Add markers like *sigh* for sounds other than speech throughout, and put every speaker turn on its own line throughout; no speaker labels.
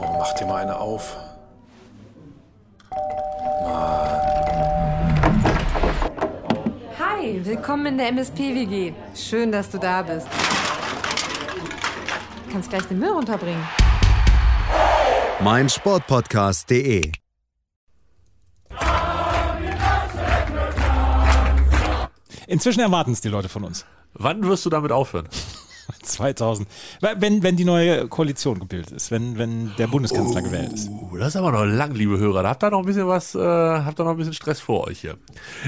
Oh, dir mal eine auf.
Hi, willkommen in der MSP-WG. Schön, dass du da bist. Du kannst gleich den Müll runterbringen.
mein Sportpodcast.de.
Inzwischen erwarten es die Leute von uns.
Wann wirst du damit aufhören?
2000. Wenn, wenn die neue Koalition gebildet ist, wenn, wenn der Bundeskanzler gewählt ist.
Uh, das ist aber noch lang, liebe Hörer. Da habt ihr noch ein bisschen was, äh, habt ihr noch ein bisschen Stress vor euch hier.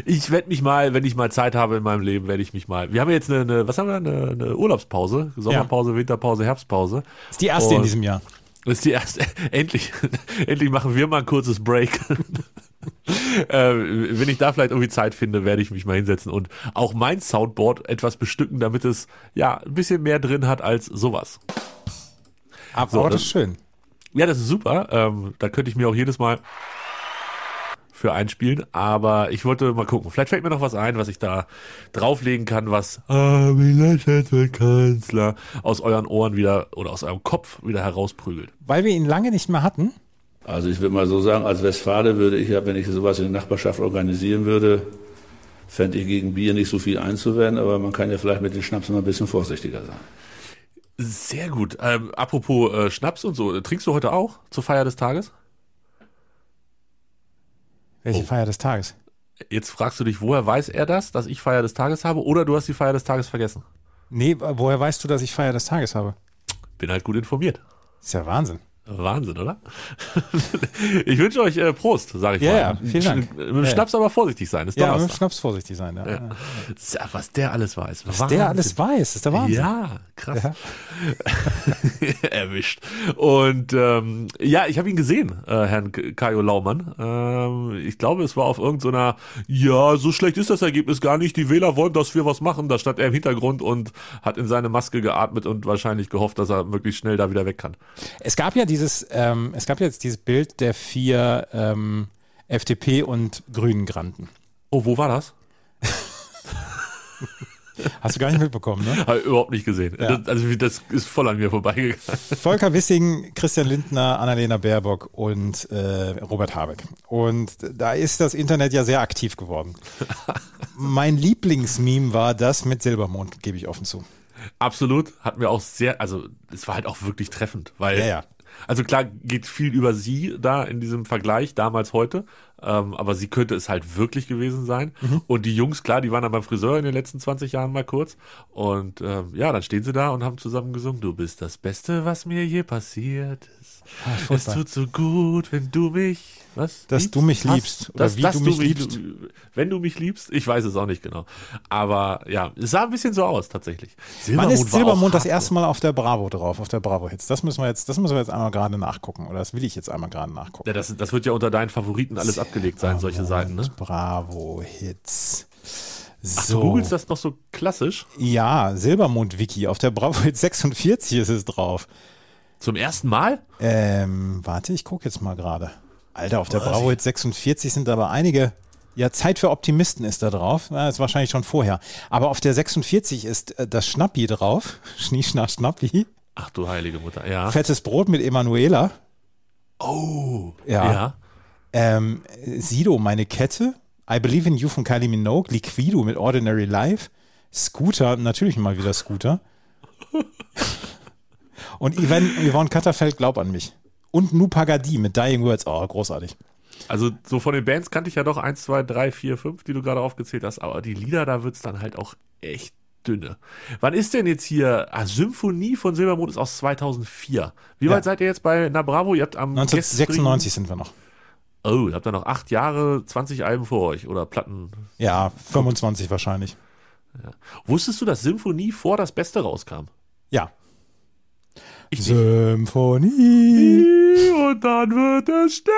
Ich werde mich mal, wenn ich mal Zeit habe in meinem Leben, werde ich mich mal. Wir haben ja jetzt eine, eine was haben wir? Eine, eine Urlaubspause, Sommerpause, Winterpause, Herbstpause.
Ist die erste in
Und-
diesem Jahr.
Das ist die erste. *laughs* Endlich, endlich machen wir mal ein kurzes Break. *laughs* äh, wenn ich da vielleicht irgendwie Zeit finde, werde ich mich mal hinsetzen und auch mein Soundboard etwas bestücken, damit es ja ein bisschen mehr drin hat als sowas.
Aber,
So, ne?
aber das
das-
ist schön.
Ja, das ist super. Ähm, da könnte ich mir auch jedes Mal für einspielen. Aber ich wollte mal gucken. Vielleicht fällt mir noch was ein, was ich da drauflegen kann, was Ah, wie lächelt der Kanzler aus euren Ohren wieder oder aus eurem Kopf wieder herausprügelt.
Weil wir ihn lange nicht mehr hatten.
Also ich würde mal so sagen, als Westfale würde ich ja, wenn ich sowas in der Nachbarschaft organisieren würde, fände ich gegen Bier nicht so viel einzuwenden, aber man kann ja vielleicht mit den Schnaps mal ein bisschen vorsichtiger sein.
Sehr gut. Ähm, apropos äh, Schnaps und so, trinkst du heute auch zur Feier des Tages? Oh.
Welche Feier des Tages?
Jetzt fragst du dich, woher weiß er das, dass ich Feier des Tages habe oder du hast die Feier des Tages vergessen?
Nee, woher weißt du, dass ich Feier des Tages habe?
Bin halt gut informiert.
Ist ja Wahnsinn.
Wahnsinn, oder? *laughs* ich wünsche euch äh, Prost, sage ich
Ja, ja,
mal.
vielen Dank.
Mit dem Schnaps aber vorsichtig sein. Ist
Ja,
ja,
mit dem Schnaps vorsichtig sein. Ja.
ja, was der alles weiß. Was
Der alles weiß, ist der Wahnsinn.
Ja, krass. *laughs* Erwischt. Und ähm, ja, ich habe ihn gesehen, äh, Herrn K- Kajo Laumann. Ähm, ich glaube, es war auf irgendeiner, ja, so schlecht ist das Ergebnis gar nicht. Die Wähler wollen, dass wir was machen. Da stand er im Hintergrund und hat in seine Maske geatmet und wahrscheinlich gehofft, dass er möglichst schnell da wieder weg kann.
Es gab ja dieses, ähm, es gab jetzt dieses Bild der vier ähm, FDP und Grünen Granden.
Oh, wo war das?
Hast du gar nicht mitbekommen, ne?
Habe ich überhaupt nicht gesehen. Das, also das ist voll an mir vorbeigegangen.
Volker Wissing, Christian Lindner, Annalena Baerbock und äh, Robert Habeck. Und da ist das Internet ja sehr aktiv
*laughs*
geworden. mein Lieblingsmeme war das mit Silbermond, gebe ich offen zu.
Absolut, hat mir auch sehr, also es war halt auch wirklich treffend, weil
Ja, ja.
also klar geht viel über sie da in diesem Vergleich damals heute, ähm, aber sie könnte es halt wirklich gewesen sein.
Mhm.
Und die Jungs, klar, die waren dann beim Friseur in den letzten 20 Jahren mal kurz und ähm, ja, dann stehen sie da und haben zusammen gesungen: Du bist das Beste, was mir je passiert ist. es
Ah, furchtbar.
tut so gut, wenn du mich, was?
Dass du mich
Hast-
liebst. Oder
dass,
wie
dass
du
du
mich
mich
liebst.
Wenn du mich liebst, ich weiß es auch nicht genau. Aber ja, es sah ein bisschen so aus tatsächlich.
Wann ist
war
Silbermond
auch
das
hart.
erste Mal auf der Bravo drauf, auf der Bravo-Hits? Das müssen wir jetzt, das müssen wir jetzt einmal gerade nachgucken. Oder das will ich jetzt einmal gerade nachgucken.
Ja, das, das wird ja unter deinen Favoriten alles abgelegt sein, solche Seiten, ne?
Bravo-Hits. So.
Du googelst das noch so klassisch.
Ja, Silbermond-Wiki. Auf der Bravo Hits 46 ist es drauf.
Zum ersten Mal?
Ähm, warte, ich gucke jetzt mal gerade. Alter, auf der Bravo Hits 46 sind aber einige. Ja, Zeit für Optimisten ist da drauf. Na, ist wahrscheinlich schon vorher. Aber auf der 46 ist äh, das Schnappi drauf. *laughs* Schnie, schna, Schnappi.
Ach du heilige Mutter, ja.
Fettes Brot mit Emanuela.
Oh.
Ja.
Ja.
Ähm, Sido, meine Kette. I Believe in You von Kylie Minogue. Liquido mit Ordinary Life. Scooter, natürlich mal wieder Scooter. *laughs* Und Yvonne, Yvonne Katterfeld, glaub an mich. Und Nu Pagadi mit Dying Words. Oh, großartig.
Also so von den Bands kannte ich ja doch 1, 2, 3, 4, 5, die du gerade aufgezählt hast, aber die Lieder, da wird's dann halt auch echt dünne. Wann ist denn jetzt hier? Ah, Symphonie von Silbermond ist aus 2004. Wie
Ja.
weit seid ihr jetzt bei Na Bravo? Ihr habt am
1996 sind wir noch.
gestrigen- Oh, ihr habt da noch acht Jahre, 20 Alben vor euch oder Platten.
Ja, 25 wahrscheinlich.
Wusstest du, dass Symphonie vor das Beste rauskam?
Ja.
Ich nicht.
Symphonie.
Und dann wird es still.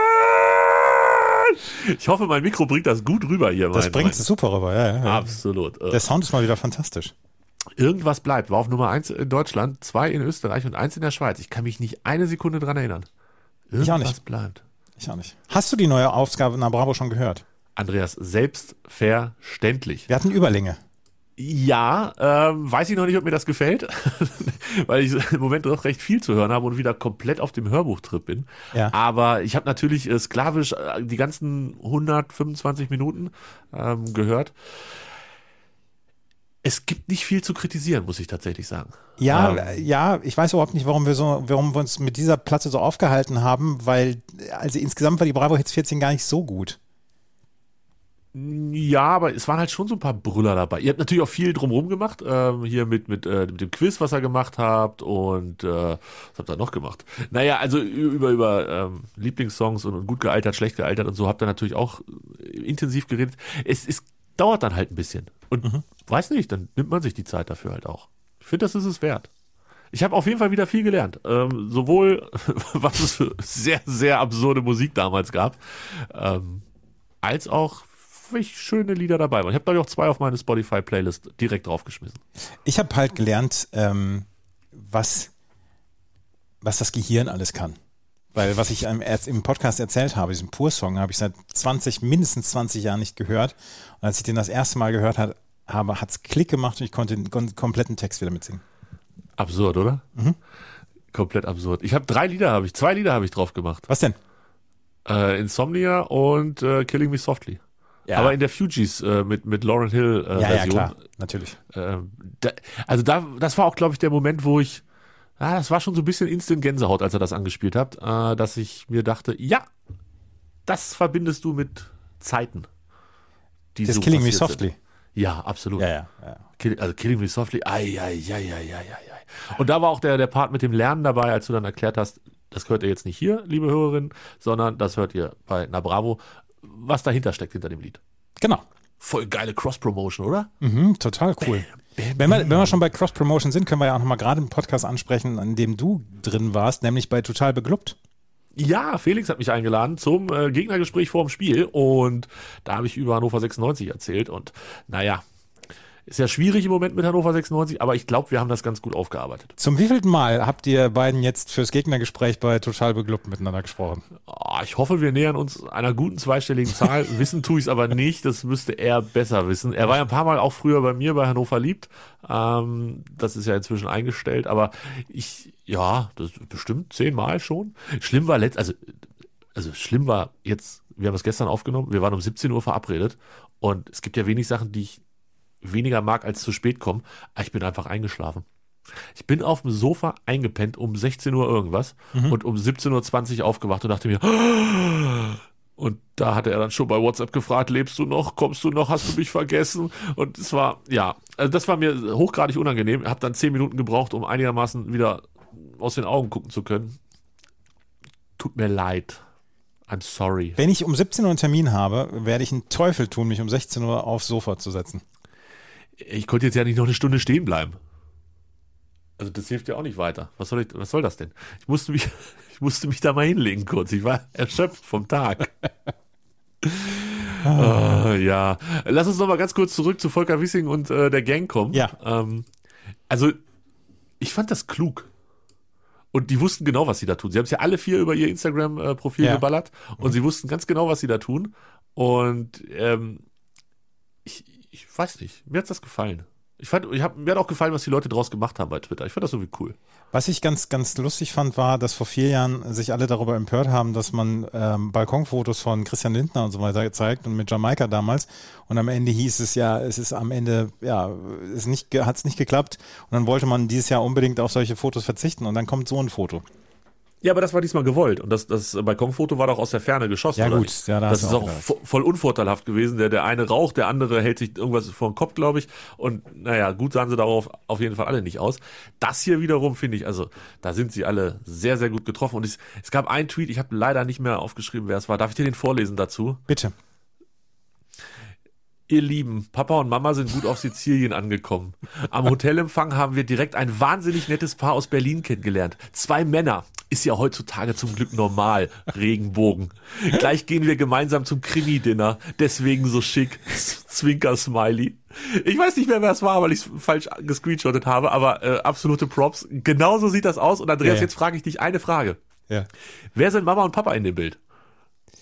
Ich hoffe, mein Mikro bringt das gut rüber hier.
Das
mein-
bringt
mein-
es super rüber, ja, ja. ja.
Absolut. Äh,
Der Sound ist mal wieder fantastisch.
Irgendwas bleibt. War auf Nummer 1 in Deutschland, 2 in Österreich und 1 in der Schweiz. Ich kann mich nicht eine Sekunde dran erinnern. Irgendwas
auch nicht.
bleibt.
Ich auch nicht. Hast du die neue Ausgabe Na Bravo schon gehört?
Andreas, selbstverständlich.
Wir hatten Überlänge.
Ja, ähm, weiß ich noch nicht, ob mir das gefällt, *laughs* weil ich im Moment doch recht viel zu hören habe und wieder komplett auf dem Hörbuchtrip bin.
Ja.
Aber ich habe natürlich äh, sklavisch äh, die ganzen 125 Minuten ähm, gehört. Es gibt nicht viel zu kritisieren, muss ich tatsächlich sagen.
Ja,
Ähm,
ja, ich weiß überhaupt nicht, warum wir so, warum wir uns mit dieser Platte so aufgehalten haben, weil also insgesamt war die Bravo Hits 14 gar nicht so gut.
Ja, aber es waren halt schon so ein paar Brüller dabei. Ihr habt natürlich auch viel drumherum gemacht, ähm, hier mit, mit, äh, mit dem Quiz, was ihr gemacht habt und äh, was habt ihr noch gemacht? Naja, also ü- über, über ähm, Lieblingssongs und, und gut gealtert, schlecht gealtert und so habt ihr natürlich auch äh, intensiv geredet. Es, es dauert dann halt ein bisschen. Und weiß nicht, dann nimmt man sich die Zeit dafür halt auch. Ich finde, das ist es wert. Ich habe auf jeden Fall wieder viel gelernt. Ähm, sowohl, *laughs* was es für sehr, sehr absurde Musik damals gab, ähm, als auch wirklich schöne Lieder dabei waren. Ich habe, glaube ich, auch zwei auf meine Spotify-Playlist direkt draufgeschmissen.
Ich habe halt gelernt, ähm, was, was das Gehirn alles kann. Weil was ich im, Erz- im Podcast erzählt habe, diesen Pur-Song, habe ich seit 20, mindestens 20 Jahren nicht gehört. Und als ich den das erste Mal gehört hat, habe, hat es Klick gemacht und ich konnte den kon kompletten Text wieder mitsingen.
Absurd, oder? Komplett absurd. Ich habe drei Lieder, habe ich, zwei Lieder habe ich drauf gemacht.
Was denn?
Äh, Insomnia und äh, Killing Me Softly. Aber in der Fugees äh, mit, mit Lauryn Hill äh,
ja, ja,
Version.
klar, natürlich.
Ähm, da, also da, das war auch, glaube ich, der Moment, wo ich, ah, das war schon so ein bisschen Instant Gänsehaut, als ihr das angespielt habt, äh, dass ich mir dachte, ja, das verbindest du mit Zeiten. Die
Das
so
Killing Me
passiert sind.
Softly.
Ja, absolut.
Ja, ja, ja.
Kill, also Killing Me Softly, ai, ai, ai, ai, ai, ai, ai. Und da war auch der, der Part mit dem Lernen dabei, als du dann erklärt hast, das hört ihr jetzt nicht hier, liebe Hörerin, sondern das hört ihr bei Na Bravo, was dahinter steckt hinter dem Lied.
Genau.
Voll geile Cross-Promotion, oder?
Mhm, total cool. Wenn wir, wenn wir schon bei Cross-Promotion sind, können wir ja auch nochmal gerade einen Podcast ansprechen, an dem du drin warst, nämlich bei Total Beglubbt.
Ja, Felix hat mich eingeladen zum äh, Gegnergespräch vor dem Spiel und da habe ich über Hannover 96 erzählt und naja, ist ja schwierig im Moment mit Hannover 96, aber ich glaube, wir haben das ganz gut aufgearbeitet.
Zum wievielten Mal habt ihr beiden jetzt fürs Gegnergespräch bei Total Beglubbt miteinander gesprochen?
Ah, ich hoffe, wir nähern uns einer guten zweistelligen Zahl. wissen tue ich es aber nicht, das müsste er besser wissen. Er war ja ein paar Mal auch früher bei mir bei Hannover liebt, ähm, das ist ja inzwischen eingestellt, aber ich, ja, das bestimmt zehnmal schon. Schlimm war letzt, also also schlimm war jetzt, wir haben es gestern aufgenommen, wir waren um 17 Uhr verabredet und es gibt ja wenig Sachen, die ich weniger mag als zu spät kommen, aber ich bin einfach eingeschlafen. Ich bin auf dem Sofa eingepennt um 16 Uhr irgendwas und um 17.20 Uhr aufgewacht und dachte mir, "Oh!" und da hatte er dann schon bei WhatsApp gefragt, lebst du noch, kommst du noch, hast du mich vergessen? Und es war, ja, also das war mir hochgradig unangenehm. Hab dann zehn Minuten gebraucht, um einigermaßen wieder aus den Augen gucken zu können. Tut mir leid. I'm sorry.
Wenn ich um 17 Uhr einen Termin habe, werde ich einen Teufel tun, mich um 16 Uhr aufs Sofa zu setzen.
Ich konnte jetzt ja nicht noch eine Stunde stehen bleiben. Also das hilft ja auch nicht weiter. Was soll, ich, was soll das denn? Ich musste, mich, *laughs* ich musste mich da mal hinlegen kurz. Ich war *laughs* erschöpft vom Tag. Ah, ja. Lass uns noch mal ganz kurz zurück zu Volker Wissing und äh, der Gang kommen.
Ja.
Ähm, also ich fand das klug. Und die wussten genau, was sie da tun. Sie haben es ja alle vier über ihr Instagram-Profil
Ja.
geballert und sie wussten ganz genau, was sie da tun. Und ähm, ich, ich weiß nicht, mir hat das gefallen. Ich fand, ich hab, mir hat auch gefallen, was die Leute draus gemacht haben bei Twitter. Ich fand das so wie cool.
Was ich ganz, ganz lustig fand, war, dass vor vier Jahren sich alle darüber empört haben, dass man ähm, Balkonfotos von Christian Lindner und so weiter zeigt und mit Jamaika damals. Und am Ende hieß es ja, es ist am Ende, ja, es nicht, hat es nicht geklappt. Und dann wollte man dieses Jahr unbedingt auf solche Fotos verzichten. Und dann kommt so ein Foto.
Ja, aber das war diesmal gewollt. Und das, das Balkonfoto war doch aus der Ferne geschossen.
Ja,
oder
gut.
nicht?
Ja, da
das
hast
ist
du
auch
auch recht.
vo- voll unvorteilhaft gewesen. Der, der eine raucht, der andere hält sich irgendwas vor den Kopf, glaube ich. Und naja, gut sahen sie darauf auf jeden Fall alle nicht aus. Das hier wiederum finde ich, also da sind sie alle sehr, sehr gut getroffen. Und es, es gab einen Tweet, ich habe leider nicht mehr aufgeschrieben, wer es war. Darf ich dir den vorlesen dazu?
Bitte.
Ihr Lieben, Papa und Mama sind gut auf Sizilien angekommen. Am Hotelempfang haben wir direkt ein wahnsinnig nettes Paar aus Berlin kennengelernt. Zwei Männer. Ist ja heutzutage zum Glück normal. Regenbogen. Gleich gehen wir gemeinsam zum Krimi-Dinner. Deswegen so schick. Zwinker-Smiley. Ich weiß nicht mehr, wer es war, weil ich es falsch gescreenshottet habe, aber äh, absolute Props. Genauso sieht das aus. Und Andreas,
Ja, ja.
jetzt frage ich dich eine Frage.
Ja.
Wer sind Mama und Papa in dem Bild?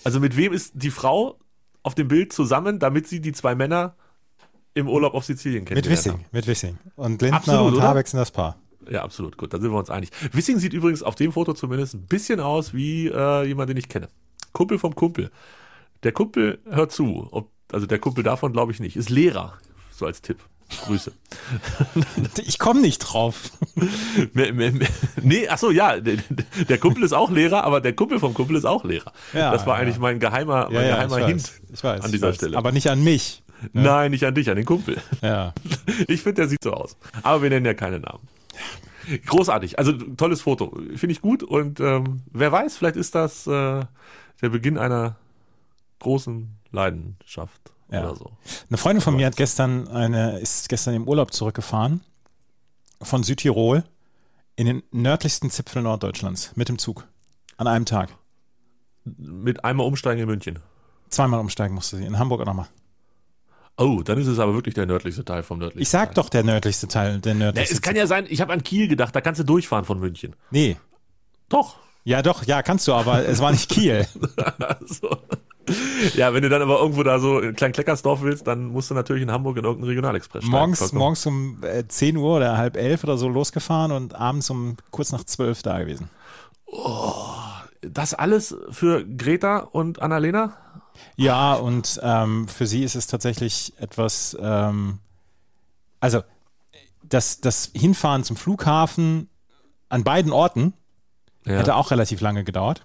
Also mit wem ist die Frau auf dem Bild zusammen, damit sie die zwei Männer im Urlaub auf Sizilien
Mit
kennengelernt
Wissing, mit Wissing. Und Lindner
Absolut,
und
oder?
Habeck sind das Paar.
haben. Ja, absolut. Gut, dann sind wir uns einig. Wissing sieht übrigens auf dem Foto zumindest ein bisschen aus wie äh, jemand, den ich kenne. Kumpel vom Kumpel. Der Kumpel hört zu. Ob, also der Kumpel davon glaube ich nicht. Ist Lehrer. So als Tipp.
*laughs*
Grüße.
Ich komme nicht drauf.
Me- me- me- nee, ach so, ja, der, der Kumpel ist auch Lehrer, aber der Kumpel vom Kumpel ist auch Lehrer.
Ja,
das war
ja.
eigentlich mein geheimer, mein geheimer
ich
Hint
weiß, ich weiß.
an dieser
ich weiß.
Stelle.
Aber nicht an mich.
Nein, nicht an dich, an den Kumpel.
Ja.
Ich finde, der sieht so aus. Aber wir nennen ja keine Namen. Großartig, also tolles Foto. Finde ich gut und ähm, wer weiß, vielleicht ist das äh, der Beginn einer großen Leidenschaft
Ja.
oder so.
Eine Freundin von mir hat gestern eine, ist gestern im Urlaub zurückgefahren von Südtirol in den nördlichsten Zipfel Norddeutschlands mit dem Zug. An einem Tag.
Mit einmal umsteigen in München.
Zweimal umsteigen musste sie. In Hamburg auch nochmal.
Oh, dann ist es aber wirklich der nördlichste Teil vom nördlichen.
Ich sag doch der nördlichste Teil, der
ja,
nördlichste.
es kann ja sein, ich habe an Kiel gedacht, da kannst du durchfahren von München.
nee.
Doch.
Ja, doch, ja, kannst du, aber es war nicht
*laughs*
Kiel.
So. Ja, wenn du dann aber irgendwo da so in Klein-Kleckersdorf willst, dann musst du natürlich in Hamburg in irgendeinen Regionalexpress steigen.
morgens,
Vollkommen.
morgens um äh, 10 Uhr oder halb elf oder so losgefahren und abends um kurz nach zwölf da gewesen.
Das alles für Greta und Annalena?
Ja, und ähm, für sie ist es tatsächlich etwas, ähm, also das, das Hinfahren zum Flughafen an beiden Orten
Ja.
hätte auch relativ lange gedauert.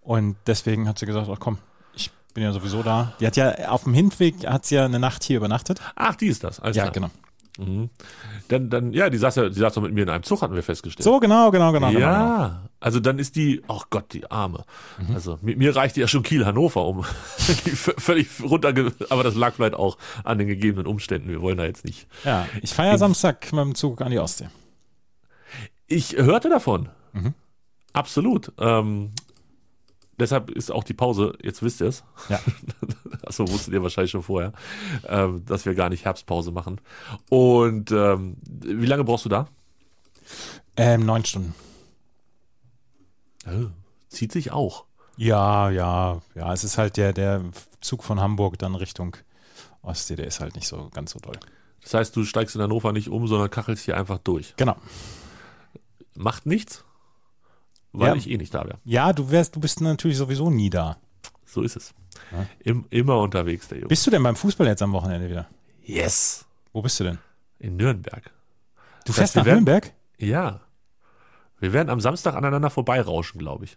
Und deswegen hat sie gesagt, ach komm, ich bin ja sowieso da. Die hat ja auf dem Hinweg hat sie ja eine Nacht hier übernachtet.
Ach, die ist das. Alles
Ja,
klar.
genau.
Dann, dann, ja, die saß ja, die saß doch mit mir in einem Zug, hatten wir festgestellt.
So, genau, genau, genau. genau, genau.
Ja, also dann ist die, ach Gott, die Arme. Also mir, mir reichte ja schon Kiel-Hannover um. *laughs* die v- völlig runterge... Aber das lag vielleicht auch an den gegebenen Umständen. Wir wollen da jetzt nicht.
Ja, ich fahre ja Samstag mit dem Zug an die Ostsee.
Ich hörte davon. Absolut. Ähm, deshalb ist auch die Pause, jetzt wisst ihr es.
Ja.
*laughs* Achso, wusstet ihr wahrscheinlich schon vorher, ähm, dass wir gar nicht Herbstpause machen. Und ähm, wie lange brauchst du da?
Ähm, neun Stunden.
Zieht sich auch.
Ja, ja, ja. Es ist halt der, der Zug von Hamburg dann Richtung Ostsee, der ist halt nicht so ganz so doll.
Das heißt, du steigst in Hannover nicht um, sondern kachelst hier einfach durch.
Genau.
Macht nichts, weil
Ja.
ich eh nicht da wäre.
Ja, du wärst, du bist natürlich sowieso nie da.
So ist es. Im, immer unterwegs, der Junge.
Bist du denn beim Fußball jetzt am Wochenende wieder?
Yes!
Wo bist du denn?
In Nürnberg.
Du
heißt,
fährst
wir
nach
werden-
Nürnberg?
Ja. Wir werden am Samstag aneinander vorbeirauschen,
*gasps*
glaube ich.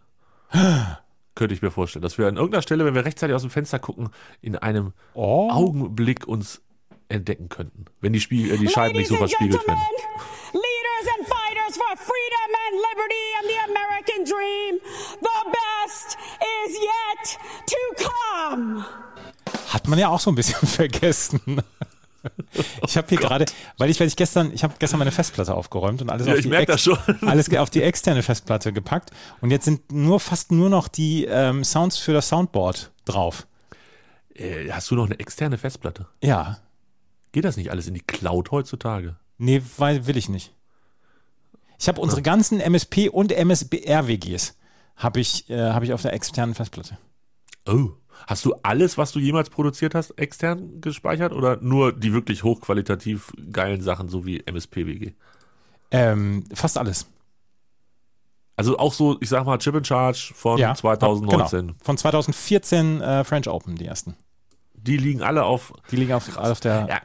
Könnte ich mir vorstellen, dass wir an irgendeiner Stelle, wenn wir rechtzeitig aus dem Fenster gucken, in einem
Oh.
Augenblick uns entdecken könnten. Wenn die, Spiegel, äh, die Scheiben nicht so
Ladies and
verspiegelt werden.
gentlemen, Leaders and fighters for freedom and liberty and the American dream. The best is yet to come.
Hat man ja auch so ein bisschen *laughs* vergessen. Ich habe hier gerade, weil ich, weil ich gestern, ich habe gestern meine Festplatte aufgeräumt und alles
Ja,
auf
ich
die
merk
ex-
das schon. *laughs*
alles auf die externe Festplatte gepackt und jetzt sind nur fast nur noch die ähm, Sounds für das Soundboard drauf.
Äh, hast du noch eine externe Festplatte?
Ja,
Geht das nicht alles in die Cloud heutzutage?
nee, weil will ich nicht. Ich habe unsere ganzen MSP und MSBR-WGs habe ich, äh, habe ich auf der externen Festplatte.
Oh. Hast du alles, was du jemals produziert hast, extern gespeichert oder nur die wirklich hochqualitativ geilen Sachen, so wie MSPWG?
Ähm, fast alles.
Also auch so, ich sag mal, Chip in Charge von
Ja,
2019.
Genau. Von 2014 äh, French Open, die ersten.
Die liegen alle auf.
Die liegen auf, auf der.
Ja,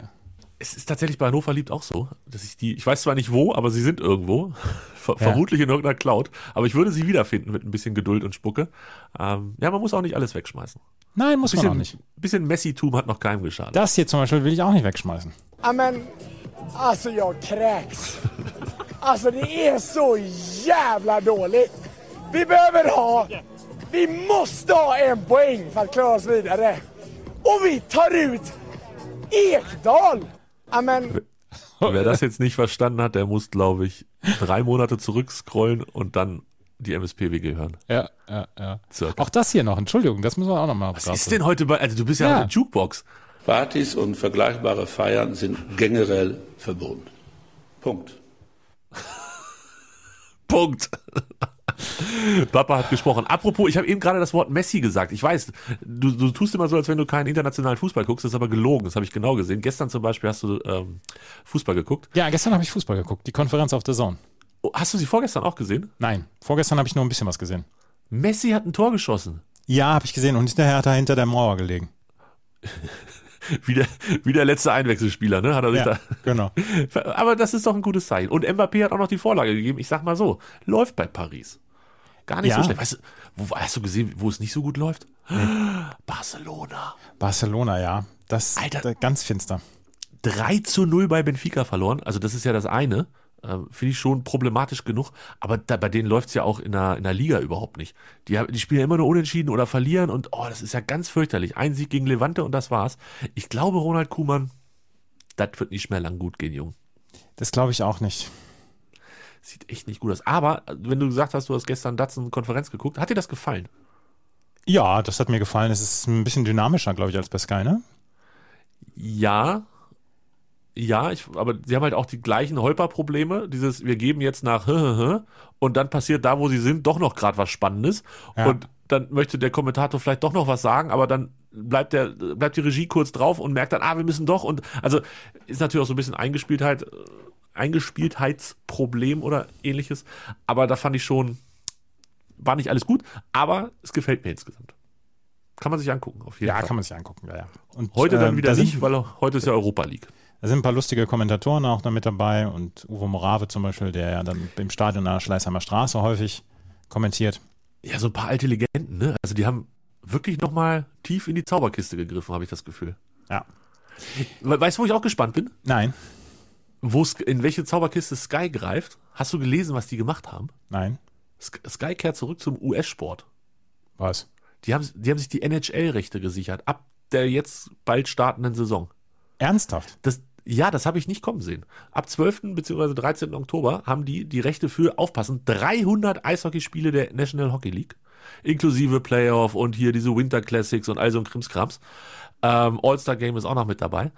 es ist tatsächlich bei Hannover liebt auch so, dass ich die. Ich weiß zwar nicht wo, aber sie sind irgendwo. *laughs* Ver
Ja.
Vermutlich in irgendeiner Cloud. Aber ich würde sie wiederfinden mit ein bisschen Geduld und Spucke. Ähm, ja, man muss auch nicht alles wegschmeißen.
Nein, muss man auch
Bisschen,
nicht.
bisschen Messitum hat noch keinem geschadet.
Das hier zum Beispiel will ich auch nicht wegschmeißen.
Ja, Men alltså jag kräks. Alltså det är så jävla dåligt. Vi behöver ha, vi måste ha en poäng för att klara oss vidare. Och vi tar ut Ekdal. Ja, Men
Wer das jetzt nicht verstanden hat, der muss, glaube ich, drei Monate zurückscrollen und dann die MSPWG hören.
Ja, ja, ja.
Circa.
Auch das hier noch, Entschuldigung, das müssen wir auch nochmal
Was ist denn heute bei. Also du bist ja,
Ja.
auch eine Jukebox.
Partys und vergleichbare Feiern sind generell verboten. Punkt.
Punkt. *laughs* Papa hat gesprochen. Apropos, ich habe eben gerade das Wort Messi gesagt. Ich weiß, du, du tust immer so, als wenn du keinen internationalen Fußball guckst. Das ist aber gelogen. Das habe ich genau gesehen. Gestern zum Beispiel hast du ähm, Fußball geguckt.
Ja, gestern habe ich Fußball geguckt, die Konferenz auf der Zone.
Oh, Hast du sie vorgestern auch gesehen?
Nein, vorgestern habe ich nur ein bisschen was gesehen.
Messi hat ein Tor geschossen.
Ja, habe ich gesehen und hinterher hat er hinter der Mauer gelegen.
Wie der, wie der letzte Einwechselspieler, ne? Hat er sich
Ja, *laughs* genau.
da. Aber das ist doch ein gutes Zeichen. Und Mbappé hat auch noch die Vorlage gegeben. Ich sag mal so, läuft bei Paris. Gar nicht
Ja.
so schlecht. Weißt du, wo, hast du gesehen, wo es nicht so gut läuft? Barcelona.
Barcelona, ja. Das
Alter.
da- ganz finster.
3 zu 0 bei Benfica verloren. Also das ist ja das eine. Ähm, Finde ich schon problematisch genug. Aber da, bei denen läuft's ja auch in der, in der Liga überhaupt nicht. Die, haben- die spielen ja immer nur unentschieden oder verlieren. Und oh, das ist ja ganz fürchterlich. Ein Sieg gegen Levante und das war's. Ich glaube, Ronald Kuhmann, das wird nicht mehr lang gut gehen, Junge.
Das glaube ich auch nicht.
Sieht echt nicht gut aus. Aber äh, wenn du gesagt hast, du hast gestern Datsun Konferenz geguckt, hat dir das gefallen?
Ja, das hat mir gefallen. Es ist ein bisschen dynamischer, glaube ich, als bei Sky, ne?
Ja. Ja, ich, aber sie haben halt auch die gleichen Holper-Probleme. Dieses, wir geben jetzt nach *laughs* und dann passiert da, wo sie sind, doch noch gerade was Spannendes.
Ja.
Und dann möchte der Kommentator vielleicht doch noch was sagen, aber dann bleibt der, bleibt die Regie kurz drauf und merkt dann, ah, wir müssen doch. Und also ist natürlich auch so ein bisschen Eingespieltheit, äh, Eingespieltheitsproblem oder ähnliches. Aber da fand ich schon, war nicht alles gut, aber es gefällt mir insgesamt. Kann man sich angucken, auf jeden
Ja,
Fall.
kann man sich angucken. Ja, ja. Und,
Heute dann
ähm,
wieder
da sind,
nicht, weil heute ist ja Europa League.
Da sind ein paar lustige Kommentatoren auch da mit dabei und Uwe Morave zum Beispiel, der ja dann im Stadion an der Schleißheimer Straße häufig kommentiert.
Ja, so ein paar alte Legenden, ne? Also die haben wirklich nochmal tief in die Zauberkiste gegriffen, habe ich das Gefühl.
Ja.
We- Weißt du, wo ich auch gespannt bin?
Nein,
Wo, Sk- in welche Zauberkiste Sky greift? Hast du gelesen, was die gemacht haben?
nein.
Sk- Sky kehrt zurück zum US-Sport.
Was?
Die haben, die haben sich die NHL-Rechte gesichert, ab der jetzt bald startenden Saison.
Ernsthaft?
Das, ja, das habe ich nicht kommen sehen. Ab 12. bzw. 13. Oktober haben die die Rechte für, aufpassen, 300 Eishockeyspiele der National Hockey League. Inklusive Playoff und hier diese Winter Classics und all so ein Krimskrams. Ähm, All-Star-Game ist auch noch mit dabei.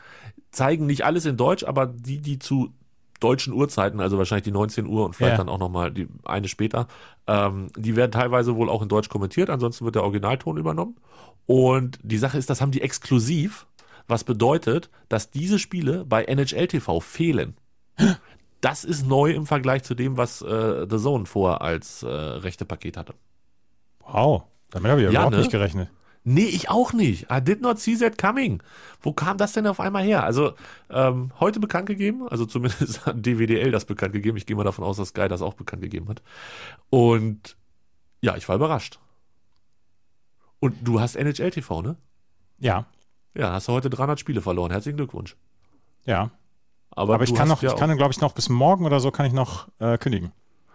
Zeigen nicht alles in Deutsch, aber die, die zu deutschen Uhrzeiten, also wahrscheinlich die 19 Uhr und vielleicht
Ja.
dann auch nochmal die eine später, ähm, die werden teilweise wohl auch in Deutsch kommentiert, ansonsten wird der Originalton übernommen. Und die Sache ist, das haben die exklusiv, was bedeutet, dass diese Spiele bei NHL TV fehlen. Das ist neu im Vergleich zu dem, was äh, The Zone vor als äh, rechte Paket hatte.
Wow. Damit habe ich
Ja,
überhaupt
ne?
nicht gerechnet.
Nee, ich auch nicht. I did not see that coming. Wo kam das denn auf einmal her? Also ähm, heute bekannt gegeben, also zumindest *laughs* hat DWDL das bekannt gegeben. Ich gehe mal davon aus, dass Sky das auch bekannt gegeben hat. Und ja, ich war überrascht. Und du hast NHL TV, ne?
Ja,
Ja, hast du heute 300 Spiele verloren. Herzlichen Glückwunsch.
ja.
Aber,
Aber ich
du
kann
hast
noch,
ja
ich kann, glaube ich, noch bis morgen oder so kann ich noch äh, kündigen.
auch-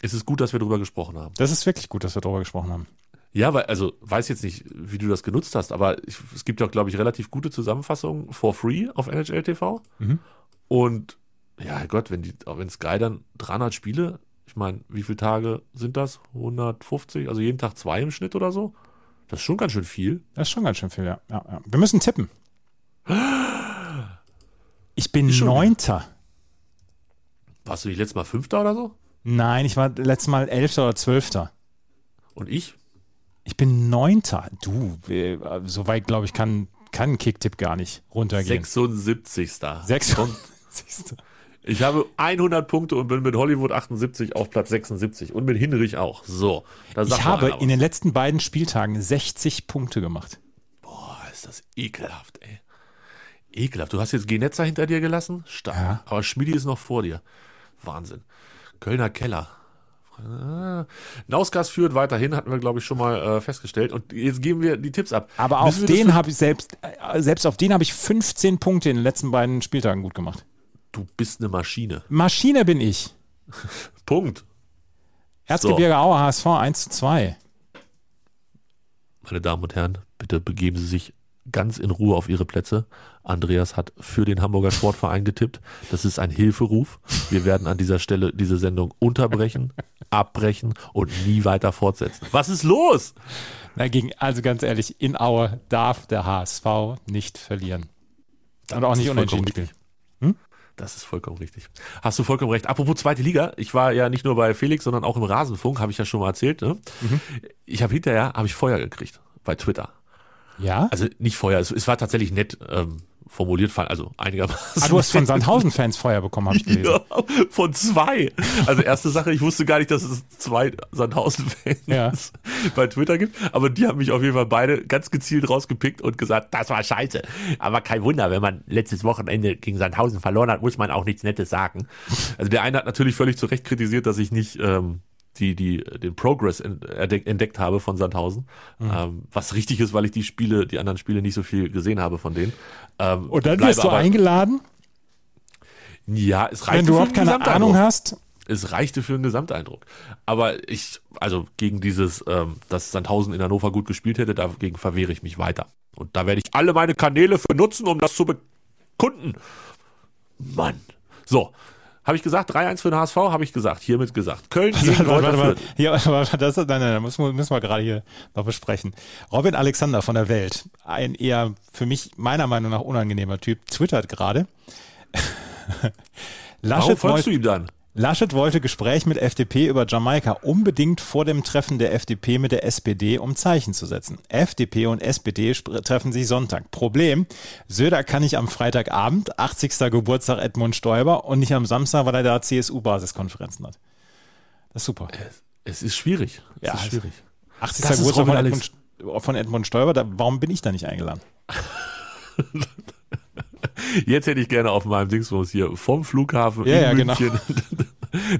Es ist gut, dass wir drüber gesprochen haben.
Das ist wirklich gut, dass wir darüber gesprochen haben.
Ja, weil, also weiß jetzt nicht, wie du das genutzt hast, aber ich, es gibt ja, glaube ich, relativ gute Zusammenfassungen for free auf NHL TV.
Mhm.
Und ja, Gott, wenn, die, wenn Sky dann 300 Spiele, ich meine, wie viele Tage sind das? 150, also jeden Tag zwei im Schnitt oder so? Das ist schon ganz schön viel.
Das ist schon ganz schön viel, ja. ja, ja. Wir müssen tippen. Ich bin
schon-
Neunter.
Warst du nicht letztes Mal Fünfter oder so?
Nein, ich war letztes Mal Elfter oder Zwölfter.
Und ich?
Ich bin Neunter. Du, äh, so weit, glaube ich, kann, kann ein Kicktipp gar nicht runtergehen.
76.
Sechs.
Kommt.
Siehst
*laughs*
du.
Ich habe 100 Punkte und bin mit Hollywood 78 auf Platz 76 und mit Hinrich auch. So, da sagt
Ich
mal
habe
einer
in
was.
den letzten beiden Spieltagen 60 Punkte gemacht.
Ist das ekelhaft, ey. Ekelhaft. Du hast jetzt Genetzer hinter dir gelassen? Stark. Aber Schmidi ist noch vor dir. Wahnsinn. Kölner Keller. Ah. Nausgas führt weiterhin, hatten wir, glaube ich, schon mal äh, festgestellt. Und jetzt geben wir die Tipps ab.
Aber
Müssen
auf
wir das
den habe ich selbst, äh, selbst auf den habe ich 15 Punkte in den letzten beiden Spieltagen gut gemacht.
für- Du bist eine Maschine.
Maschine bin ich.
Punkt.
Erzgebirge Aue HSV 1 zu 2.
Meine Damen und Herren, bitte begeben Sie sich ganz in Ruhe auf Ihre Plätze. Andreas hat für den Hamburger Sportverein getippt. Das ist ein Hilferuf. Wir werden an dieser Stelle diese Sendung
*laughs*
unterbrechen, abbrechen und nie weiter fortsetzen. Was ist los?
Na, gegen, also ganz ehrlich, in Aue darf der HSV nicht verlieren. Und auch nicht
vollkommen
unentschieden spielen.
Das ist vollkommen richtig. Hast du vollkommen recht. Apropos zweite Liga, ich war ja nicht nur bei Felix, sondern auch im Rasenfunk, habe ich ja schon mal erzählt. Ne?
Mhm.
Ich habe hinterher habe ich Feuer gekriegt bei Twitter.
Ja?
Also nicht Feuer, es, es war tatsächlich nett ähm, formuliert, also einigermaßen.
ah, du
*laughs*
hast von Sandhausen-Fans Feuer bekommen, habe ich gelesen.
Ja, *laughs* von zwei. Also erste Sache, ich wusste gar nicht, dass es zwei Sandhausen-Fans
Ja.
bei Twitter gibt. Aber die haben mich auf jeden Fall beide ganz gezielt rausgepickt und gesagt, das war scheiße. Aber kein Wunder, wenn man letztes Wochenende gegen Sandhausen verloren hat, muss man auch nichts Nettes sagen. Also der eine hat natürlich völlig zu Recht kritisiert, dass ich nicht... Ähm, die, die, den Progress ent- entdeck- entdeckt habe von Sandhausen.
Mhm.
Ähm, was richtig ist, weil ich die Spiele, die anderen Spiele nicht so viel gesehen habe von denen. Ähm,
Und dann
bleibe
wirst du
aber-
eingeladen,
Ja, es reicht
wenn du überhaupt keine Ahnung
*laughs*
hast.
es reichte für einen Gesamteindruck. Aber ich, also gegen dieses, ähm, dass Sandhausen in Hannover gut gespielt hätte, dagegen verwehre ich mich weiter. Und da werde ich alle meine Kanäle für nutzen, um das zu bekunden. Mann. So. Habe ich gesagt, 3-1 für den HSV, habe ich gesagt, hiermit gesagt.
*laughs*
Köln gegen
Warte,
Kräuter
warte,
Fürth.
warte. Ja, *laughs* warte, warte, das, nein, nein, nein, müssen wir, müssen wir gerade hier noch besprechen. Robin Alexander von der Welt, ein eher für mich meiner Meinung nach unangenehmer Typ, twittert gerade. *laughs*
Warum
Laschet,
folgst du
wollt-
ihm dann?
Laschet wollte Gespräch mit FDP über Jamaika unbedingt vor dem Treffen der FDP mit der SPD, um Zeichen zu setzen. FDP und SPD spr- treffen sich Sonntag. Problem, Söder kann nicht am Freitagabend, 80. Geburtstag Edmund Stoiber und nicht am Samstag, weil er da CSU-Basiskonferenzen hat. Das ist super.
Es ist schwierig. Es
Ja,
ist
also-
schwierig.
80.
Das ist
Geburtstag von
Robin
Edmund, von Edmund Stoiber, da, warum bin ich da nicht eingeladen?
Jetzt hätte ich gerne auf meinem Dingsbums hier vom Flughafen
Ja, ja,
in
genau.
München. *laughs*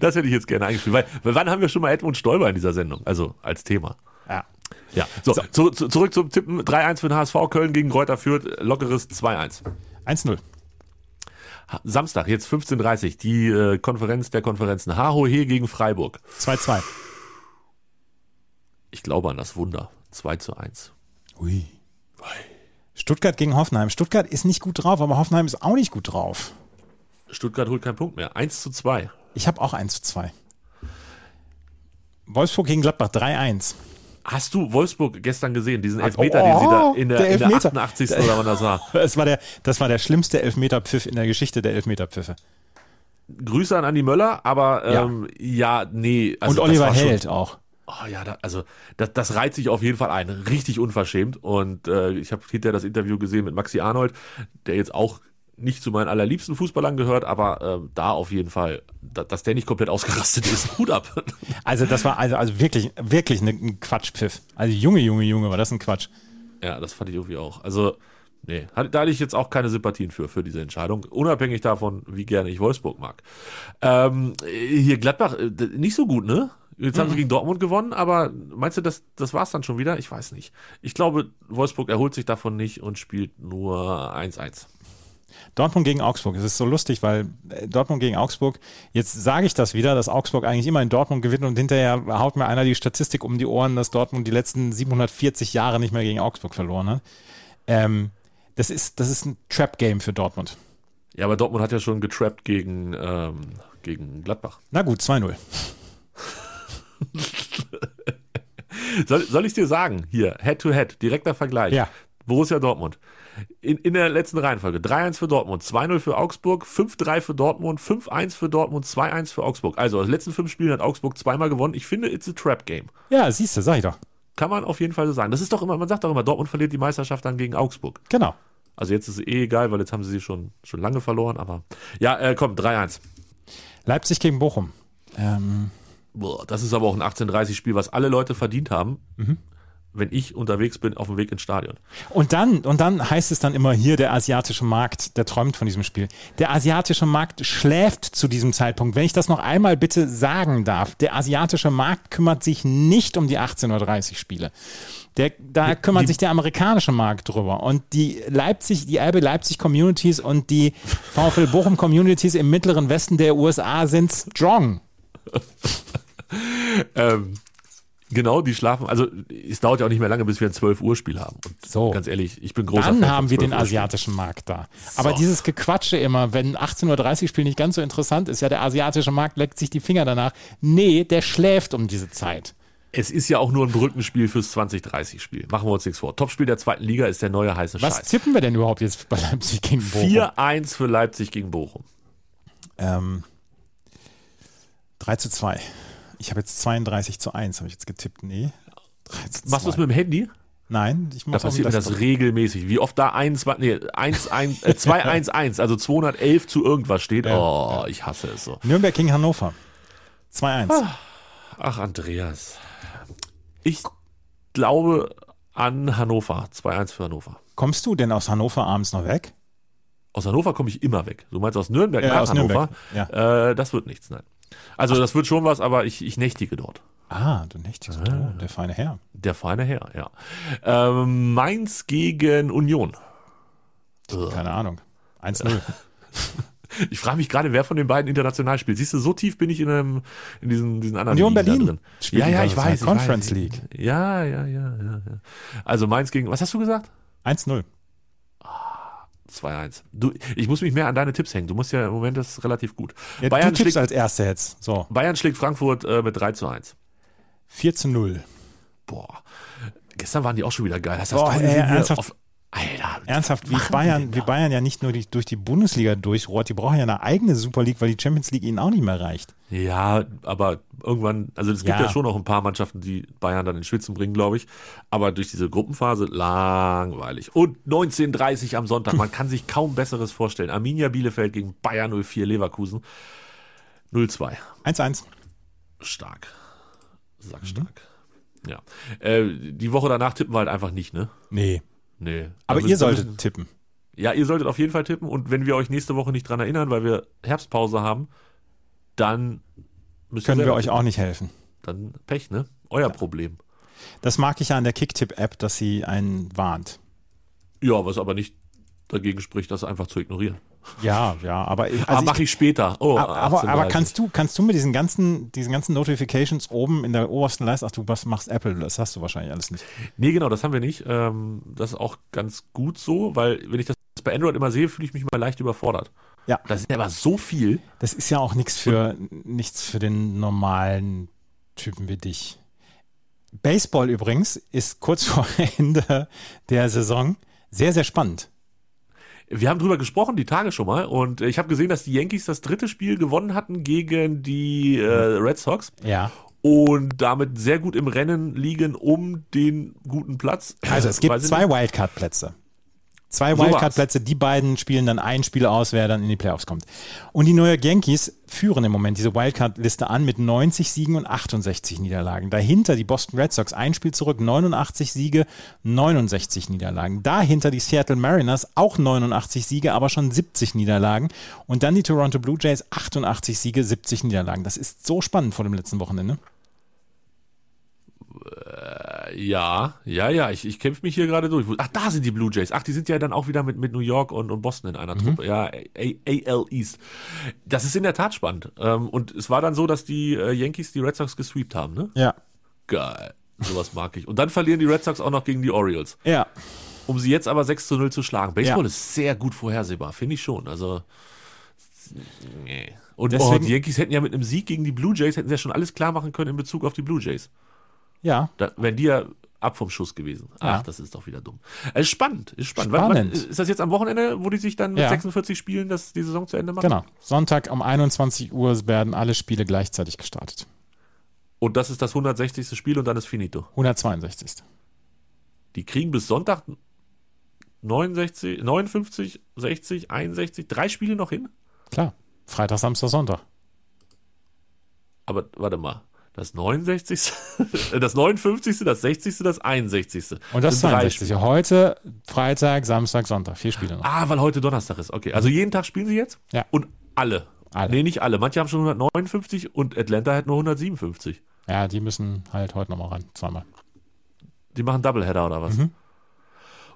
Das hätte ich jetzt gerne eingespielt. Weil, weil wann haben wir schon mal Edmund Stoiber in dieser Sendung? Also als Thema.
Ja.
Ja, so, Zu, zu, zurück zum Tippen. 3-1 für den HSV Köln gegen Kräuter Fürth. Lockeres 2-1.
1-0.
Ha- Samstag, jetzt 15.30 Uhr, die äh, Konferenz der Konferenzen. Hahohe gegen Freiburg.
2-2.
Ich glaube an das Wunder. 2 zu 1.
Ui. Stuttgart gegen Hoffenheim. Stuttgart ist nicht gut drauf, aber Hoffenheim ist auch nicht gut drauf.
Stuttgart holt keinen Punkt mehr. 1 zu 2.
Ich habe auch 1 zu 2. Wolfsburg gegen Gladbach 3-1.
Hast du Wolfsburg gestern gesehen, diesen
Hat-
Elfmeter,
oh,
den sie da in der,
der
in der
Elfmeter.
88. oder wann das war?
Das war, der, das war der schlimmste Elfmeterpfiff in der Geschichte der Elfmeterpfiffe.
Grüße an Andi Möller, aber
Ja.
ähm, ja. nee. Also
Und
das
Oliver
war schon-
Held auch.
Oh ja, da, also das, das reiht sich auf jeden Fall ein. Richtig unverschämt. Und äh, ich habe hinterher das Interview gesehen mit Maxi Arnold, der jetzt auch nicht zu meinen allerliebsten Fußballern gehört, aber ähm, da auf jeden Fall, da, dass der nicht komplett ausgerastet ist, *laughs* Hut ab.
Also das war also, also wirklich, wirklich ne- ein Quatschpfiff. Also Junge, Junge, Junge, war das ein Quatsch.
ja, das fand ich irgendwie auch. Also, nee, hat, da hatte ich jetzt auch keine Sympathien für, für diese Entscheidung, unabhängig davon, wie gerne ich Wolfsburg mag. Ähm, hier Gladbach, äh, d- nicht so gut, ne? Jetzt haben sie gegen Dortmund gewonnen, aber meinst du, das, das war's dann schon wieder? Ich weiß nicht. Ich glaube, Wolfsburg erholt sich davon nicht und spielt nur 1-1.
Dortmund gegen Augsburg. Es ist so lustig, weil äh, Dortmund gegen Augsburg, jetzt sage ich das wieder, dass Augsburg eigentlich immer in Dortmund gewinnt und hinterher haut mir einer die Statistik um die Ohren, dass Dortmund die letzten 740 Jahre nicht mehr gegen Augsburg verloren hat. Ähm, das, ist, das ist ein Trap-Game für Dortmund.
Ja, aber Dortmund hat ja schon getrappt gegen, ähm, gegen Gladbach.
Na gut, 2-0.
Soll, soll ich dir sagen, hier, Head-to-Head, direkter Vergleich.
Ja.
Borussia Dortmund. In, in der letzten Reihenfolge. 3-1 für Dortmund, 2-0 für Augsburg, 5-3 für Dortmund, 5-1 für Dortmund, 2-1 für Augsburg. Also aus den letzten fünf Spielen hat Augsburg zweimal gewonnen. Ich finde, it's a trap game.
Ja, siehst du, sag ich doch.
Kann man auf jeden Fall so sagen. Das ist doch immer, man sagt doch immer, Dortmund verliert die Meisterschaft dann gegen Augsburg.
Genau.
Also jetzt ist es eh egal, weil jetzt haben sie sie schon, schon lange verloren, aber. Ja, äh, komm, 3-1.
Leipzig gegen Bochum. Ähm,
Boah, das ist aber auch ein 18-30-Spiel, was alle Leute verdient haben, wenn ich unterwegs bin auf dem Weg ins Stadion.
und, dann, und dann heißt es dann immer hier, der asiatische Markt, der träumt von diesem Spiel. Der asiatische Markt schläft zu diesem Zeitpunkt. Wenn ich das noch einmal bitte sagen darf, der asiatische Markt kümmert sich nicht um die 18.30 Uhr Spiele. Der, da kümmert sich der amerikanische Markt drüber. Und die Leipzig, die Elbe Leipzig Communities und die VfL Bochum Communities im mittleren Westen der USA sind strong.
Ähm, genau, die schlafen. Also es dauert ja auch nicht mehr lange, bis wir ein 12 Uhr Spiel haben. Und
So.
ganz ehrlich, ich bin großer Fan
Dann
von
haben wir
12
den
Uhr Spielen.
asiatischen Markt da. Aber dieses Gequatsche immer, wenn 18.30 Uhr Spiel nicht ganz so interessant ist, ja, der asiatische Markt leckt sich die Finger danach. Nee, der schläft um diese Zeit.
Es ist ja auch nur ein Brückenspiel fürs 2030 Spiel. Machen wir uns nichts vor. Topspiel der zweiten Liga ist der neue heiße
Was
Scheiß.
tippen wir denn überhaupt jetzt bei Leipzig gegen Bochum?
4-1 für Leipzig gegen Bochum.
Ähm, 3 zu 2. Ich habe jetzt 32 zu 1, habe ich jetzt getippt. Nee. 3 zu 2.
Machst du es mit dem Handy?
Nein, ich
Da
mach's auf dem
passiert mir das
Desktop.
regelmäßig. Wie oft da 1, nee, 1, 1, äh, 2, 1, 1, also 211 zu irgendwas steht. oh, ich hasse es so.
Nürnberg gegen Hannover. 2-1.
Ah. Ach, Andreas. Ich glaube an Hannover. 2-1 für Hannover.
Kommst du denn aus Hannover abends noch weg?
Aus Hannover komme ich immer weg. Du meinst aus Nürnberg
Ja,
nach
aus
Hannover?
Nürnberg,
Äh, das wird nichts, nein. Also das wird schon was, aber ich, ich nächtige dort.
Ah, du nächtigst. Oh, der feine Herr.
Der feine Herr, ja. Ähm, Mainz gegen Union.
Keine Ahnung. 1-0.
Ich frage mich gerade, wer von den beiden international spielt. Siehst du, so tief bin ich in, einem, in diesen, diesen anderen
Union
Ligen da
Berlin
drin.
spielt
ja, ja, ich
international.
weiß. ich
Conference
weiß.
League.
Ja, ja, ja, ja, ja. Also Mainz gegen, was hast du gesagt?
1-0.
2-1. Du, ich muss mich mehr an deine Tipps hängen. Du musst ja im Moment das ist relativ gut.
Ja,
Bayern,
du tippst
schlägt,
als Erster jetzt. So,
Bayern schlägt Frankfurt äh, mit 3 zu 1.
4 zu 0.
Boah. Gestern waren die auch schon wieder geil. Hast du
Boah,
das Tor
ey,
gesehen hier?
ernsthaft?
Auf, Alter.
Ernsthaft, wie
machen die denn
Bayern,
da?
wie Bayern ja nicht nur die, durch die Bundesliga durchrohrt, die brauchen ja eine eigene Super League, weil die Champions League ihnen auch nicht mehr reicht.
Ja, aber irgendwann, also es gibt
Ja.
ja schon noch ein paar Mannschaften, die Bayern dann in Schwitzen bringen, glaube ich. Aber durch diese Gruppenphase langweilig. Und 19.30 am Sonntag, man kann sich kaum Besseres vorstellen. Arminia Bielefeld gegen Bayern 04 Leverkusen. 0-2.
1-1.
Stark. Sackstark.
Mhm.
Ja. Äh, die Woche danach tippen wir halt einfach nicht, ne?
Nee.
Nee.
Aber ihr
Also Da müssen- da
solltet
müssen-
tippen.
Ja, ihr solltet auf jeden Fall tippen. Und wenn wir euch nächste Woche nicht dran erinnern, weil wir Herbstpause haben, dann müsst ihr
Können wir
selber
euch auch nicht helfen.
dann Pech, ne? Euer Problem.
Das mag ich ja an der Kicktipp-App, dass sie einen warnt.
Ja, was aber nicht dagegen spricht, das einfach zu ignorieren.
Ja, ja, aber ich,
ah,
also
mache ich später. Oh,
Aber, aber, aber
18:30.
kannst du, kannst du mit diesen ganzen, diesen ganzen Notifications oben in der obersten Leiste, ach du was machst Apple, das hast du wahrscheinlich alles nicht.
Nee, genau, das haben wir nicht. Ähm, das ist auch ganz gut so, weil wenn ich das bei Android immer sehe, fühle ich mich mal leicht überfordert.
Ja.
Das ist ja aber so viel.
Das ist ja auch nichts für nichts für den normalen Typen wie dich. Baseball übrigens ist kurz *laughs* vor Ende der Saison sehr, sehr spannend.
Wir haben drüber gesprochen, die Tage schon mal, und ich habe gesehen, dass die Yankees das dritte Spiel gewonnen hatten gegen die äh, Red Sox
Ja.
und damit sehr gut im Rennen liegen um den guten Platz.
Also es gibt
Weiß ich
zwei
nicht.
Wildcard-Plätze. Zwei
So
Wildcard-Plätze, die beiden spielen dann ein Spiel aus, wer dann in die Playoffs kommt. Und die New York Yankees führen im Moment diese Wildcard-Liste an mit 90 Siegen und 68 Niederlagen. Dahinter die Boston Red Sox, ein Spiel zurück, 89 Siege, 69 Niederlagen. Dahinter die Seattle Mariners, auch 89 Siege, aber schon 70 Niederlagen. Und dann die Toronto Blue Jays, 88 Siege, 70 Niederlagen. Das ist so spannend vor dem letzten Wochenende.
Ja, ja, ja, ich, ich kämpfe mich hier gerade durch. Ach, da sind die Blue Jays. Ach, die sind ja dann auch wieder mit, mit New York und, und Boston in einer
Mhm.
Truppe. Ja, A- A- AL East. Das ist in der Tat spannend. Ähm, und es war dann so, dass die äh, Yankees die Red Sox gesweept haben, ne?
Ja.
Geil. Sowas mag ich. Und dann verlieren die Red Sox auch noch gegen die Orioles.
Ja.
Um sie jetzt aber 6 zu 0 zu schlagen. Baseball
Ja.
ist sehr gut vorhersehbar, finde ich schon. Also, nee. Und oh,
Deswegen-
die Yankees hätten ja mit einem Sieg gegen die Blue Jays, hätten sie ja schon alles klar machen können in Bezug auf die Blue Jays.
Ja.
Da wären die ja ab vom Schuss gewesen. Ach,
Ja.
das ist doch wieder dumm. Es ist spannend, ist spannend. Wann-
Spannend.
Wann, ist das jetzt am Wochenende, wo die sich dann mit
Ja.
46 Spielen das, die Saison zu Ende machen?
Genau. Sonntag um 21 Uhr werden alle Spiele gleichzeitig gestartet.
Und das ist das 160. Spiel und dann ist finito.
162.
Die kriegen bis Sonntag 69, 59, 60, 61, drei Spiele noch hin?
Klar. Freitag, Samstag, Sonntag.
Aber warte mal. Das 69., *laughs* das 59., das 60., das 61.
Und das
Sind drei Spiele.
62. Heute, Freitag, Samstag, Sonntag. Vier Spiele noch.
Ah, weil heute Donnerstag ist. Okay, also jeden Tag spielen sie jetzt?
Ja.
Und alle.
Alle.
Nee, nicht alle. Manche haben schon 159 und Atlanta hat nur 157.
Ja, die müssen halt heute nochmal ran. Zweimal.
Die machen Doubleheader oder
Mhm.
was?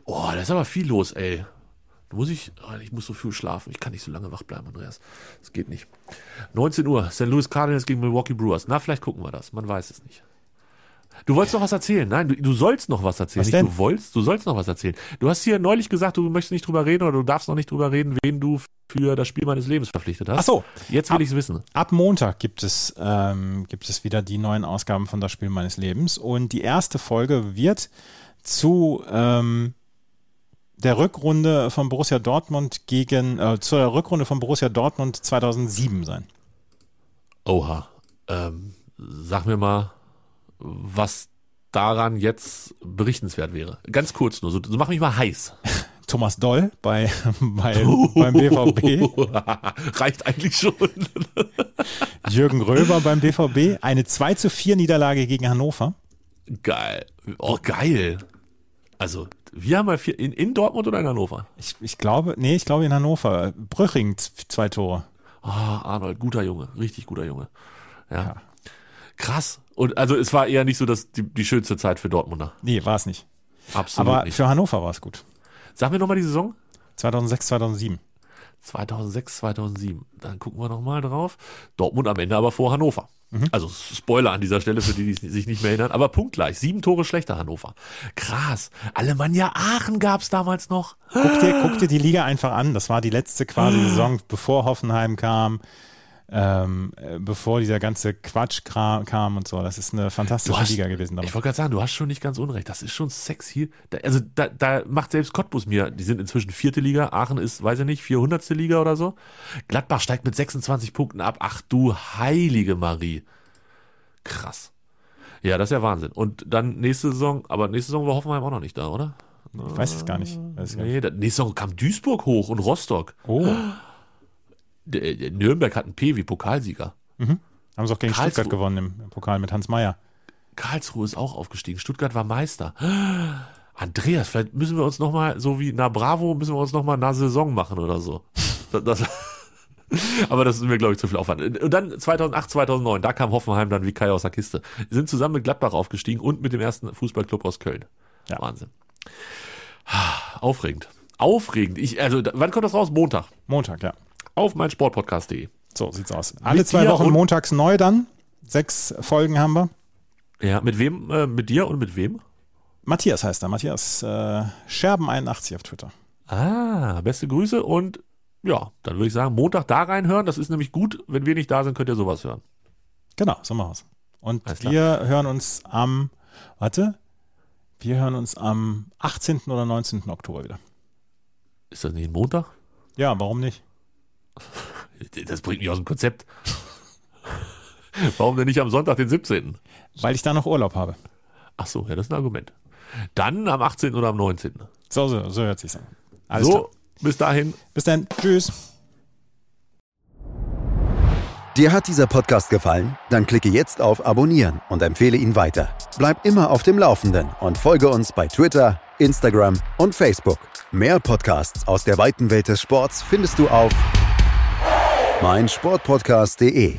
Oh, da ist aber viel los, ey. Da muss ich, oh, ich muss so viel schlafen. Ich kann nicht so lange wach bleiben, Andreas. Das geht nicht. 19 Uhr, St. Louis Cardinals gegen Milwaukee Brewers. Na, vielleicht gucken wir das. Man weiß es nicht. Du wolltest noch was erzählen. Nein, du, du sollst noch was erzählen.
Was
nicht,
denn?
du wolltest, du sollst noch was erzählen. Du hast hier neulich gesagt, du möchtest nicht drüber reden oder du darfst noch nicht drüber reden, wen du für das Spiel meines Lebens verpflichtet hast.
Ach so. Ah.
Jetzt will ich es wissen.
Ab Montag gibt es, ähm, gibt es wieder die neuen Ausgaben von Das Spiel meines Lebens. Und die erste Folge wird zu ähm, der Rückrunde von Borussia Dortmund gegen, äh, zur Rückrunde von Borussia Dortmund 2007 sein.
Oha. Ähm, sag mir mal, was daran jetzt berichtenswert wäre. Ganz kurz nur, so, so mach mich mal heiß.
Thomas Doll bei, *laughs*
*laughs*
bei, beim BVB,
Reicht eigentlich schon. *laughs*
Jürgen Röber beim BVB, eine 2 zu 4 Niederlage gegen Hannover.
geil. Oh, geil. Also, wir haben mal vier, in, in Dortmund oder in Hannover?
Ich, ich glaube, nee, ich glaube in Hannover. Bröching z- zwei Tore.
Ah, Arnold, guter Junge, richtig guter Junge. Ja. Krass. Und also es war eher nicht so dass die, die schönste Zeit für Dortmunder.
Nee, war es nicht.
Absolut
Aber
nicht.
für Hannover war es gut.
Sag mir nochmal die Saison.
2006, 2007.
2006, 2007. Dann gucken wir nochmal drauf. Dortmund am Ende aber vor Hannover. Also Spoiler an dieser Stelle für die, die sich nicht mehr erinnern. Aber punktgleich. Sieben Tore schlechter Hannover. Krass. Alemannia Aachen gab's damals noch.
Guck dir, guck dir die Liga einfach an. Das war die letzte quasi
Ah.
Saison, bevor Hoffenheim kam, ähm, äh, bevor dieser ganze Quatsch kra- kam und so. Das ist eine fantastische Liga gewesen.
Ich
damals.
wollte gerade sagen, du hast schon nicht ganz unrecht. Das ist schon sexy. Da, also da, da macht selbst Cottbus mir, die sind inzwischen vierte Liga, Aachen ist, weiß ich nicht, 400. Liga oder so. Gladbach steigt mit 26 Punkten ab. Ach du heilige Marie. Krass. Ja, das ist ja Wahnsinn. Und dann nächste Saison, aber nächste Saison war Hoffenheim auch noch nicht da, oder?
Ich weiß es gar nicht. Weiß es gar nicht.
Nee, da, nächste Saison kam Duisburg hoch und Rostock.
Oh,
D- äh, Nürnberg hat einen P wie Pokalsieger.
haben sie auch gegen
Karlsruhe.
Stuttgart gewonnen im, im Pokal mit Hans Meyer.
Karlsruhe ist auch aufgestiegen. Stuttgart war Meister. *gasps* Andreas, vielleicht müssen wir uns nochmal, so wie na Bravo, müssen wir uns nochmal na Saison machen oder so. *laughs* Das, das, aber das ist mir, glaube ich, zu viel Aufwand. Und dann 2008, 2009, da kam Hoffenheim dann wie Kai aus der Kiste. Die sind zusammen mit Gladbach aufgestiegen und mit dem ersten Fußballclub aus Köln.
Ja.
Wahnsinn. *sighs* Aufregend. Aufregend. Ich, also, da- wann kommt das raus? Montag.
Montag, ja.
Auf mein Sportpodcast.de.
So sieht's aus. Alle zwei
dir
Wochen
und-
montags neu dann. Sechs Folgen haben wir.
Ja, mit wem? Äh, mit dir und mit wem?
Matthias heißt er. Matthias äh, Scherben81 auf Twitter.
Ah, beste Grüße und ja, dann würde ich sagen, Montag da reinhören. Das ist nämlich gut. Wenn wir nicht da sind, könnt ihr sowas hören.
Genau, so machen wir's. Und
Alles klar.
wir hören uns am, warte, wir hören uns am 18. oder 19. Oktober wieder.
Ist das nicht ein Montag?
Ja, warum nicht?
Das bringt mich aus dem Konzept. *laughs* Warum denn nicht am Sonntag, den 17.?
Weil ich da noch Urlaub habe.
Ach so, ja, das ist ein Argument. Dann am 18. oder am 19.
So, so, so hört sich's an. Alles
so,
klar.
bis dahin.
Bis dann. Tschüss.
Dir hat dieser Podcast gefallen? Dann klicke jetzt auf Abonnieren und empfehle ihn weiter. Bleib immer auf dem Laufenden und folge uns bei Twitter, Instagram und Facebook. Mehr Podcasts aus der weiten Welt des Sports findest du auf meinsportpodcast.de.